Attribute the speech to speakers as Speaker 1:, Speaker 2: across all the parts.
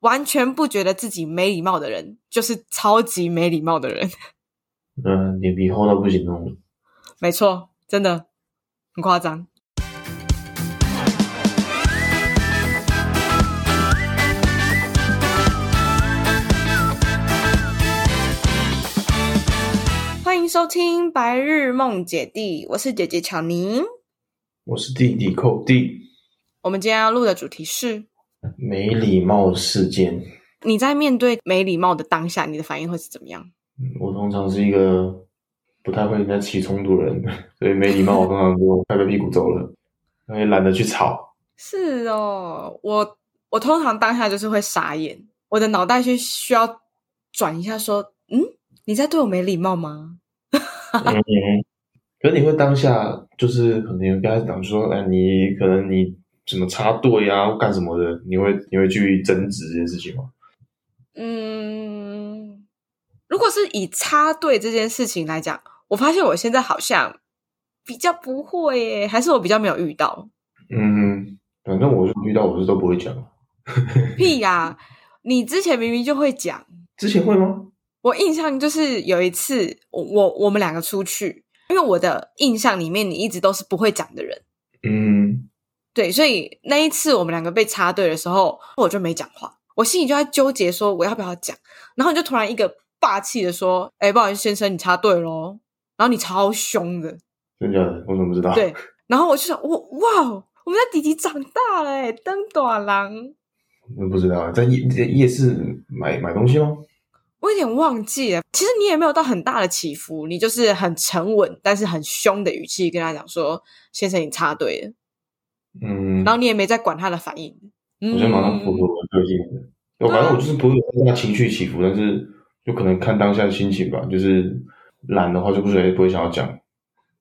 Speaker 1: 完全不觉得自己没礼貌的人，就是超级没礼貌的人。
Speaker 2: 嗯，脸皮厚到不行那种。
Speaker 1: 没错，真的很夸张。欢迎收听《白日梦姐弟》，我是姐姐巧妮。
Speaker 2: 我是弟弟寇弟，
Speaker 1: 我们今天要录的主题是：
Speaker 2: 没礼貌事件。
Speaker 1: 你在面对没礼貌的当下，你的反应会是怎么样？
Speaker 2: 嗯我通常是一个不太会跟人家起冲突的人， 所以没礼貌，我通常就拍拍屁股走了，我也懒得去吵。
Speaker 1: 是哦，我我通常当下就是会傻眼，我的脑袋去需要转一下，说：“嗯，你在对我没礼貌吗
Speaker 2: 嗯，可是你会当下就是可能有跟他讲说，哎，你可能你怎么插队啊，或干什么的，你会你会去争执这件事情吗？？”
Speaker 1: 嗯，如果是以插队这件事情来讲，我发现我现在好像比较不会耶，还是我比较没有遇到。
Speaker 2: 嗯，反正我是遇到我是都不会讲。
Speaker 1: 屁呀、你之前明明就会讲。
Speaker 2: 之前会吗？
Speaker 1: 我印象就是有一次，我我我们两个出去，因为我的印象里面你一直都是不会讲的人，
Speaker 2: 嗯，
Speaker 1: 对，所以那一次我们两个被插队的时候，我就没讲话，我心里就在纠结说我要不要讲，然后你就突然一个霸气的说：“哎、不好意思，先生，你插队喽。”然后你超凶的，
Speaker 2: 真假的？我怎么不知道？
Speaker 1: 对，然后我就想，我哇，哦我们家弟弟长大了、欸，登短郎，
Speaker 2: 我不知道，在夜在夜市买买东西吗？
Speaker 1: 我有点忘记了，其实你也没有到很大的起伏，你就是很沉稳，但是很凶的语气跟他讲说：“先生，你插队了。”
Speaker 2: 嗯，
Speaker 1: 然后你也没再管他的反应。嗯
Speaker 2: 我就马上补补我最近的。我反正我就是不会有太大情绪起伏，但是就可能看当下的心情吧。就是懒的话，就不会不会想要讲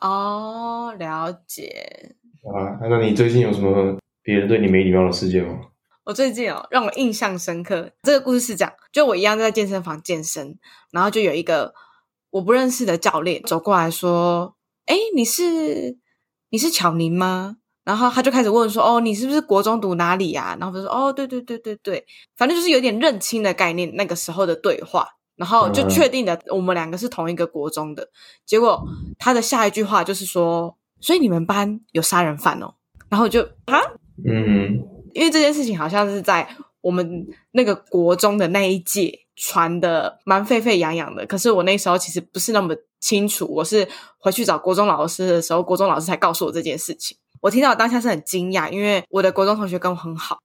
Speaker 1: 哦，了解。
Speaker 2: 啊。那你最近有什么别人对你没礼貌的事件吗？
Speaker 1: 我最近哦，让我印象深刻。这个故事是这样：就我一样在健身房健身，然后就有一个我不认识的教练走过来说：“哎，你是你是巧宁吗？”然后他就开始问说：“哦，你是不是国中读哪里呀、然后我就说：“哦，对对对对对，反正就是有点认亲的概念。”那个时候的对话，然后就
Speaker 2: 嗯
Speaker 1: 确定了我们两个是同一个国中的。结果他的下一句话就是说：“所以你们班有杀人犯哦？”然后我就啊，
Speaker 2: 嗯，
Speaker 1: 因为这件事情好像是在我们那个国中的那一届传的蛮沸沸扬扬的，可是我那时候其实不是那么清楚，我是回去找国中老师的时候，国中老师才告诉我这件事情。我听到当下是很惊讶，因为我的国中同学跟我很好，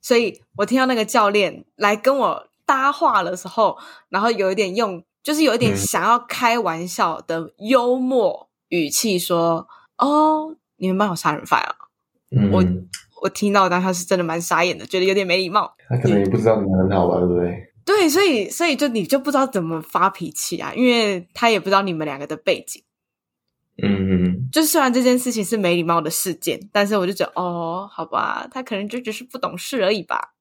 Speaker 1: 所以我听到那个教练来跟我搭话的时候，然后有一点用，就是有一点
Speaker 2: 嗯
Speaker 1: 想要开玩笑的幽默语气说：“哦，你们班有杀人犯啊？”
Speaker 2: 嗯
Speaker 1: 我我听到当下是真的蛮傻眼的，觉得有点没礼貌。
Speaker 2: 他可能也不知道你们很好吧，对不对？
Speaker 1: 对，所以所以就你就不知道怎么发脾气啊，因为他也不知道你们两个的背景。
Speaker 2: 嗯，
Speaker 1: 就虽然这件事情是没礼貌的事件，但是我就觉得哦，好吧，他可能就只是不懂事而已吧。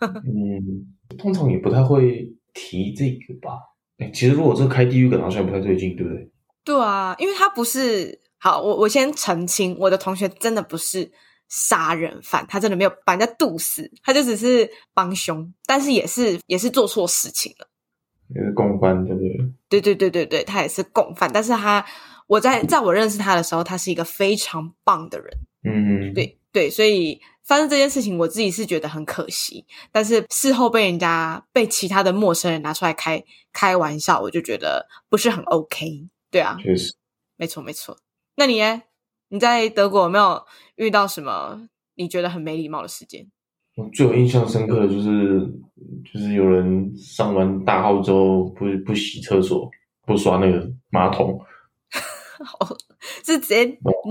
Speaker 2: 嗯，通常也不太会提这个吧。哎，其实如果这开地狱梗好像也不太对劲，对不对？
Speaker 1: 对啊，因为他不是好，我我先澄清，我的同学真的不是杀人犯，他真的没有把人家毒死，他就只是帮凶，但是也是也是做错事情了。
Speaker 2: 也是公关，对不对？
Speaker 1: 对对对对对，他也是共犯，但是他我在在我认识他的时候，他是一个非常棒的人，
Speaker 2: 嗯，
Speaker 1: 对对，所以发生这件事情，我自己是觉得很可惜，但是事后被人家被其他的陌生人拿出来开开玩笑，我就觉得不是很 OK。对啊，
Speaker 2: 确实。
Speaker 1: 没错没错。那你呢？你在德国有没有遇到什么你觉得很没礼貌的事件？
Speaker 2: 我最有印象深刻的就是，就是有人上完大号之后不不洗厕所，不刷那个马桶，
Speaker 1: 是直接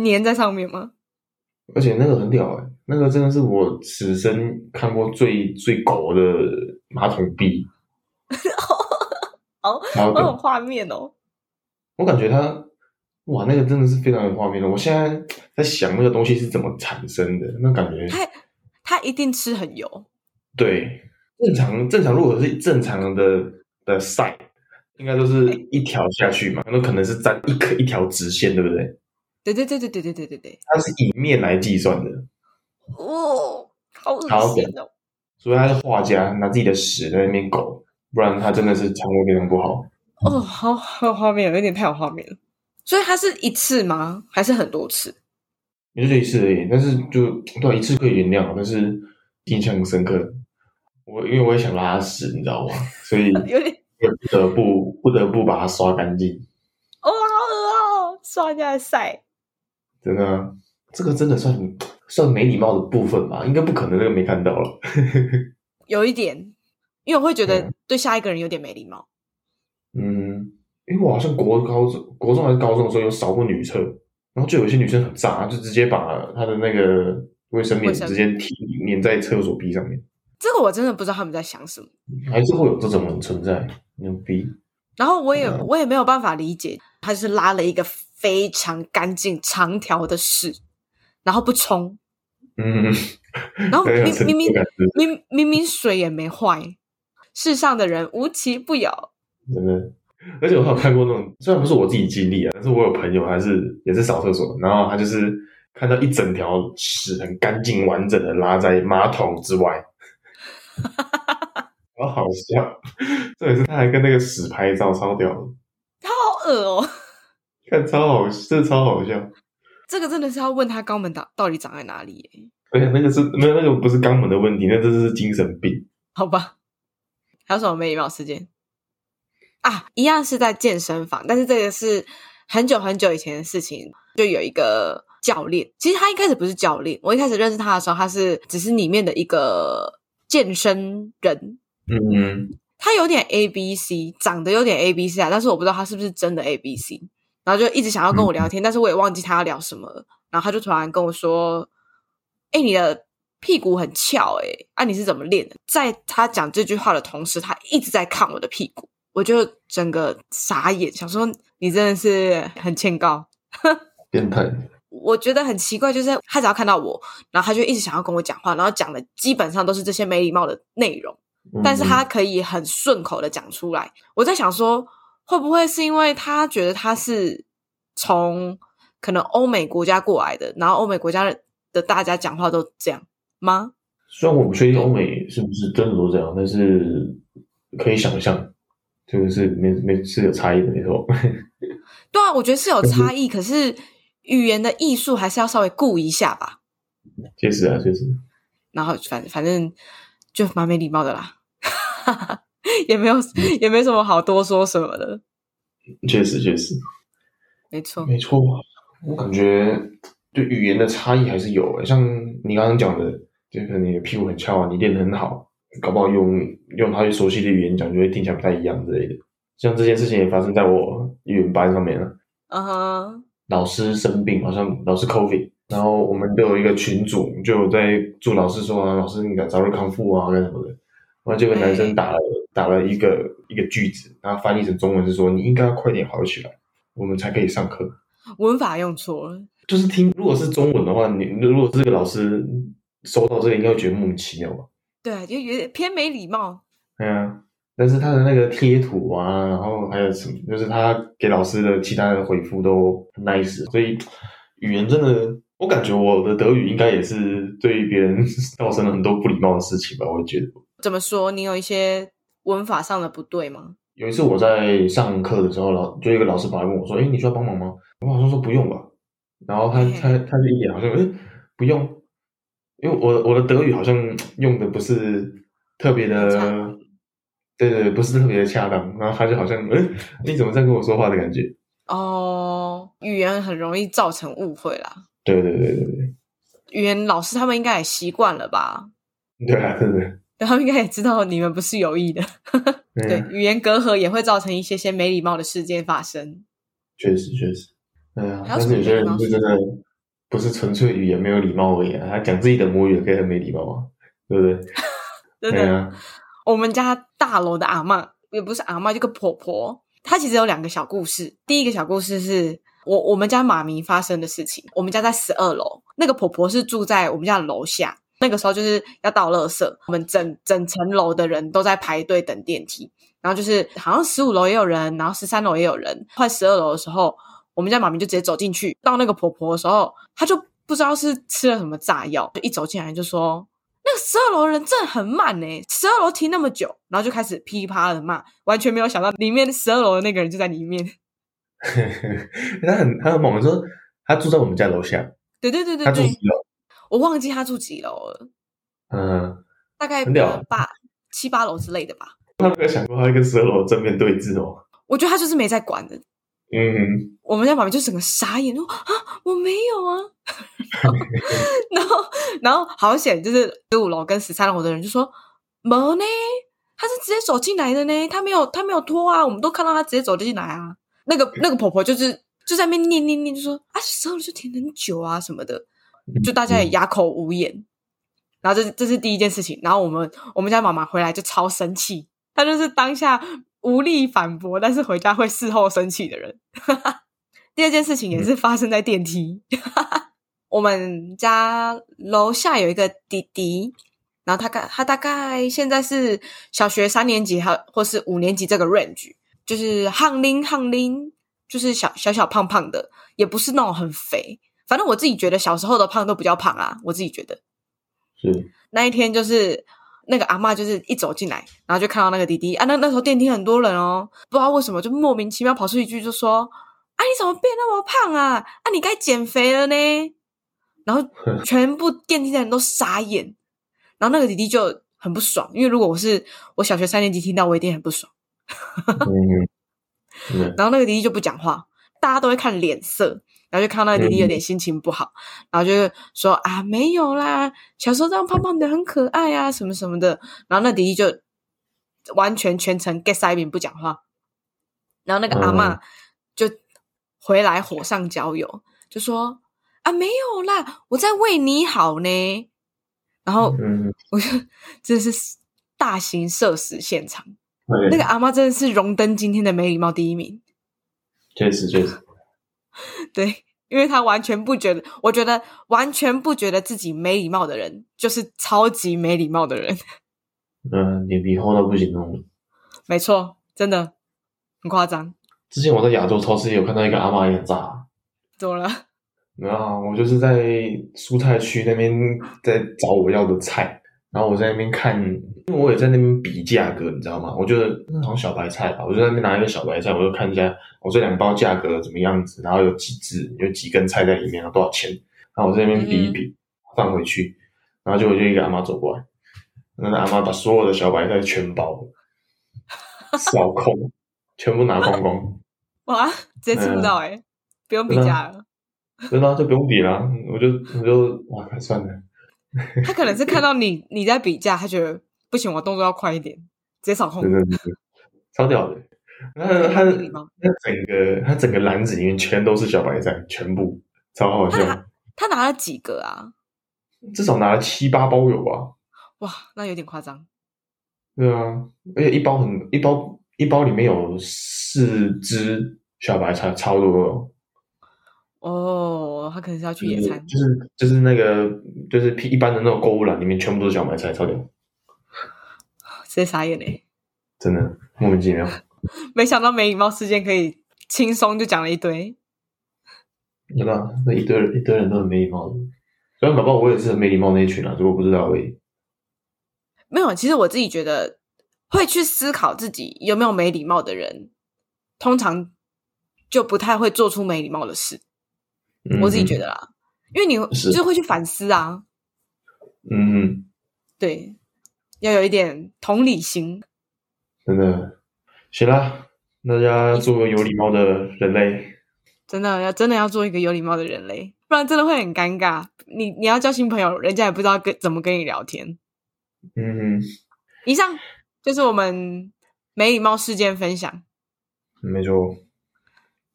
Speaker 1: 粘在上面吗？
Speaker 2: 而且那个很屌哎、那个真的是我此生看过最最狗的马桶壁，
Speaker 1: 哦，
Speaker 2: 超
Speaker 1: 好有
Speaker 2: 屌！
Speaker 1: 画面哦。
Speaker 2: 我感觉它，哇，那个真的是非常有画面的。我现在在想那个东西是怎么产生的，那感觉
Speaker 1: 他他一定吃很油。
Speaker 2: 对正常正常，如果是正常的的 side，应该都是一条下去嘛，那可能是沾一颗一条直线，对不对？
Speaker 1: 对对对对对对对对对。
Speaker 2: 它是以面来计算的。
Speaker 1: 哦，好恶
Speaker 2: 好
Speaker 1: 心哦！
Speaker 2: 除非他是画家，拿自己的屎在那边狗，不然他真的是肠胃非常不好。
Speaker 1: 哦，好好有画面，有点太有画面了。所以它是一次吗？还是很多次？
Speaker 2: 也就这一次而已，但是就对啊一次可以原谅，但是印象深刻。我因为我也想拉屎，你知道吗？所以
Speaker 1: 有点
Speaker 2: 不得不不得不把它刷干净。
Speaker 1: 哦，好恶哦，刷人家的塞。
Speaker 2: 真的啊，这个真的算算没礼貌的部分吧？应该不可能这个没看到了。
Speaker 1: 有一点，因为我会觉得
Speaker 2: 嗯
Speaker 1: 对下一个人有点没礼貌。
Speaker 2: 嗯，因为我好像国高中、国中还是高中的时候有扫过女厕，然后就有一些女生很渣，就直接把她的那个卫生棉
Speaker 1: 卫生
Speaker 2: 直接贴粘在厕所壁上面，
Speaker 1: 这个我真的不知道他们在想什么。
Speaker 2: 还是会有这种人存在。牛逼！
Speaker 1: 然后我也、
Speaker 2: 嗯
Speaker 1: 我也没有办法理解，他就是拉了一个非常干净长条的屎，然后不冲，
Speaker 2: 嗯，
Speaker 1: 然 后
Speaker 2: 很有
Speaker 1: 明
Speaker 2: 成
Speaker 1: 明明
Speaker 2: 就感是
Speaker 1: 明明明水也没坏，世上的人无奇不有。
Speaker 2: 真的。而且我还有看过那种，虽然不是我自己经历啊，但是我有朋友还是也是扫厕所，然后他就是看到一整条屎很干净完整的拉在马桶 之外，好好笑。重点是他还跟那个屎拍照，超屌的，
Speaker 1: 好恶哦，
Speaker 2: 看超好，这超好笑。
Speaker 1: 这个真的是要问他肛门到到底长在哪里耶？
Speaker 2: 而且那个是没有那个不是肛门的问题，那这是精神病。
Speaker 1: 好吧，还有什么没礼貌事件啊？一样是在健身房，但是这个是很久很久以前的事情。就有一个教练，其实他一开始不是教练，我一开始认识他的时候，他是只是里面的一个健身人。
Speaker 2: 嗯，
Speaker 1: 他有点 A B C，长得有点 A B C 啊，但是我不知道他是不是真的 A B C。然后就一直想要跟我聊天，但是我也忘记他要聊什么了。然后他就突然跟我说：“哎、你的屁股很翘、欸，哎，啊，你是怎么练的？”在他讲这句话的同时，他一直在看我的屁股，我就整个傻眼，想说你真的是很欠告。
Speaker 2: 变态。
Speaker 1: 我觉得很奇怪，就是他只要看到我，然后他就一直想要跟我讲话，然后讲的基本上都是这些没礼貌的内容。但
Speaker 2: 嗯
Speaker 1: 是他可以很顺口的讲出来。我在想说，会不会是因为他觉得他是从可能欧美国家过来的，然后欧美国家的大家讲话都这样吗？
Speaker 2: 虽然我不确定欧美是不是真的都这样，但是可以想象，这个是没没是有差异的，没错。
Speaker 1: 对啊，我觉得是有差异，可是语言的艺术还是要稍微顾一下吧。
Speaker 2: 确实啊，确实。
Speaker 1: 然后反反正就蛮没礼貌的啦， 也没有也没什么好多说什么的，
Speaker 2: 确实，确实，
Speaker 1: 没错。
Speaker 2: 没错。我感觉对语言的差异还是有诶，像你刚刚讲的，就可能你的屁股很翘啊，你练得很好，搞不好用用他去熟悉的语言讲，就会听起来不太一样之类的。像这件事情也发生在我语言班上面啊了，
Speaker 1: 嗯哼，
Speaker 2: 老师生病，好像老师 COVID，然后我们都有一个群组，就有在祝老师说啊，老师你赶早日康复啊，干什么的。然后结果男生打了打了一个一个句子，然后翻译成中文是说你应该要快点好起来，我们才可以上课。
Speaker 1: 文法用错了，
Speaker 2: 就是听，如果是中文的话，你如果这个老师收到这个，应该会觉得莫名其妙吧？
Speaker 1: 对，啊就有点偏没礼貌。
Speaker 2: 对啊，但是他的那个贴图啊，然后还有什么，就是他给老师的其他的回复都很 nice，所以语言真的，我感觉我的德语应该也是对别人 造成了很多不礼貌的事情吧。我觉得
Speaker 1: 怎么说？你有一些文法上的不对吗？
Speaker 2: 有一次我在上课的时候，老就有一个老师跑来问我说：“哎，你需要帮忙吗？”我好像说不用吧，然后他
Speaker 1: 嗯
Speaker 2: 他他就一脸好像哎不用，因为我我的德语好像用的不是特别
Speaker 1: 恰
Speaker 2: 的
Speaker 1: 当，
Speaker 2: 对对，不是特别的恰当，然后他就好像嗯你怎么在跟我说话的感觉？
Speaker 1: 哦，语言很容易造成误会啦。
Speaker 2: 对对对对对
Speaker 1: 语言老师他们应该也习惯了吧？
Speaker 2: 对啊，对对
Speaker 1: 对他们应该也知道你们不是有意的。
Speaker 2: 对
Speaker 1: 对
Speaker 2: 啊，，
Speaker 1: 语言隔阂也会造成一些些没礼貌的事件发生。
Speaker 2: 确实确实，对啊，
Speaker 1: 还有
Speaker 2: 但
Speaker 1: 什
Speaker 2: 是
Speaker 1: 么
Speaker 2: 有
Speaker 1: 没
Speaker 2: 些
Speaker 1: 礼貌
Speaker 2: 人是真的不是纯粹语言没有礼貌而已啊，他讲自己的母语也可以很没礼貌啊，对不对？
Speaker 1: 真
Speaker 2: 对
Speaker 1: 的，
Speaker 2: 啊，
Speaker 1: 我们家大楼的阿嬷也不是阿嬷，就个婆婆，她其实有两个小故事。第一个小故事是我我们家妈咪发生的事情。我们家在十二楼，那个婆婆是住在我们家的楼下。那个时候就是要倒垃圾，我们整整层楼的人都在排队等电梯。然后就是好像十五楼也有人，然后十三楼也有人，快十二楼的时候，我们家妈咪就直接走进去，到那个婆婆的时候，她就不知道是吃了什么炸药，就一走进来就说：“那个十二楼人真的很满呢、欸十二楼停那么久，然后就开始噼里啪啦的骂，完全没有想到里面十二楼的那个人就在里面。
Speaker 2: 他很他很猛，说他住在我们家楼下，
Speaker 1: 对对对对
Speaker 2: 他住
Speaker 1: 对
Speaker 2: 几，楼？
Speaker 1: 我忘记他住几楼了，
Speaker 2: 嗯，
Speaker 1: 大概
Speaker 2: 很屌
Speaker 1: 八七八楼之类的吧。
Speaker 2: 他没有想过他会跟十二楼正面对峙哦。
Speaker 1: 我觉得他就是没在管的，
Speaker 2: 嗯，
Speaker 1: 我们家旁边就整个傻眼，说啊，我没有啊。 然后，然后好险，就是十五楼跟十三楼的人就说没呢，他是直接走进来的呢，他没有他没有拖啊，我们都看到他直接走进来啊。那个那个婆婆就是就在那边念念念，就说啊，十二楼就停很久啊什么的，就大家也哑口无言。然后这是这是第一件事情，然后我们我们家妈妈回来就超生气，她就是当下无力反驳，但是回家会事后生气的人。第二件事情也是发生在电梯， 我们家楼下有一个弟弟，然后他大他大概现在是小学三年级，还有或是五年级这个 range，就是胖拎胖拎，就是小小小胖胖的，也不是那种很肥。反正我自己觉得小时候的胖都比较胖啊，我自己觉得。
Speaker 2: 是
Speaker 1: 那一天就是那个阿嬷就是一走进来，然后就看到那个弟弟啊，那那时候电梯很多人哦，不知道为什么就莫名其妙跑出一句就说：“啊，你怎么变那么胖啊？啊，你该减肥了呢。”然后全部电梯的人都傻眼，然后那个弟弟就很不爽，因为如果我是我小学三年级听到，我一定很不爽。
Speaker 2: 嗯，嗯
Speaker 1: 然后那个弟弟就不讲话，大家都会看脸色，然后就看到那个弟弟有点心情不好，然后就说啊没有啦，小时候这样胖胖的很可爱啊，什么什么的。然后那弟弟就完全全程 get 塞饼不讲话，然后那个阿嬷就回来火上浇油，就说啊没有啦，我在为你好呢。然后
Speaker 2: 嗯，
Speaker 1: 我就 这是大型社死现场，
Speaker 2: 对
Speaker 1: 那个阿妈真的是荣登今天的没礼貌第一名。
Speaker 2: 确实确实，
Speaker 1: 对，因为他完全不觉得，我觉得完全不觉得自己没礼貌的人，就是超级没礼貌的人。
Speaker 2: 嗯，脸皮厚到不行那哦种。
Speaker 1: 没错，真的很夸张。
Speaker 2: 之前我在亚洲超市有看到一个阿妈也很炸，
Speaker 1: 怎么了？
Speaker 2: 然后我就是在蔬菜区那边在找我要的菜，然后我在那边看，因为我也在那边比价格，你知道吗？我觉得那好像小白菜吧，我就在那边拿一个小白菜，我就看一下我这两包价格怎么样子，然后有几只有几根菜在里面，然后多少钱，然后我在那边比一比，放回去，然后结果就一个阿妈走过来，那个阿妈把所有的小白菜全包了，扫空，全部拿光光。
Speaker 1: 哇，直接吃不到哎、不用比价了。
Speaker 2: 真的啊、就不用比了、我就我就哇，算了，
Speaker 1: 他可能是看到你你在比价，他觉得不行，我动作要快一点，直接扫控
Speaker 2: 真。的真的超屌的。然后 他
Speaker 1: 没礼
Speaker 2: 他
Speaker 1: 貌
Speaker 2: 整个他整个篮子里面全都是小白菜，全部超好
Speaker 1: 他
Speaker 2: 笑
Speaker 1: 拿，他拿了几个啊？
Speaker 2: 至少拿了七八包有吧？
Speaker 1: 哇，那有点夸张。
Speaker 2: 对啊，而且一包很一包一包里面有四只小白菜，超多的哦。
Speaker 1: 哦，他可能是要去
Speaker 2: 嗯
Speaker 1: 野餐，
Speaker 2: 就是就是那个就是一般的那种购物篮里面全部都是小白菜，超屌，
Speaker 1: 直接傻眼嘞、
Speaker 2: 真的莫名其妙。
Speaker 1: 没想到没礼貌事件可以轻松就讲了一堆。
Speaker 2: 对吧？那一堆人一堆人都很没礼貌的，虽然搞不好我也是很没礼貌那一群啊，只不过不知道而已。
Speaker 1: 没有，其实我自己觉得会去思考自己有没有没礼貌的人，通常就不太会做出没礼貌的事。
Speaker 2: 嗯
Speaker 1: 我自己觉，得啦，因为你
Speaker 2: 是
Speaker 1: 就会去反思啊，
Speaker 2: 嗯，嗯
Speaker 1: 对，要有一点同理心。
Speaker 2: 真的，行啦，大家做个有礼貌的人类。
Speaker 1: 真的要真的要做一个有礼貌的人类，不然真的会很尴尬。你你要交新朋友，人家也不知道跟怎么跟你聊天。
Speaker 2: 嗯，
Speaker 1: 以上就是我们没礼貌事件分享。
Speaker 2: 没错，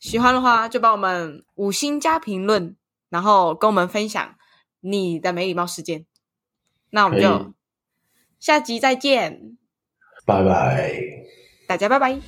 Speaker 1: 喜欢的话就帮我们五星加评论，然后跟我们分享你的没礼貌事件。那我们
Speaker 2: 可以
Speaker 1: 就下集再见，
Speaker 2: 拜拜。
Speaker 1: 大家拜拜。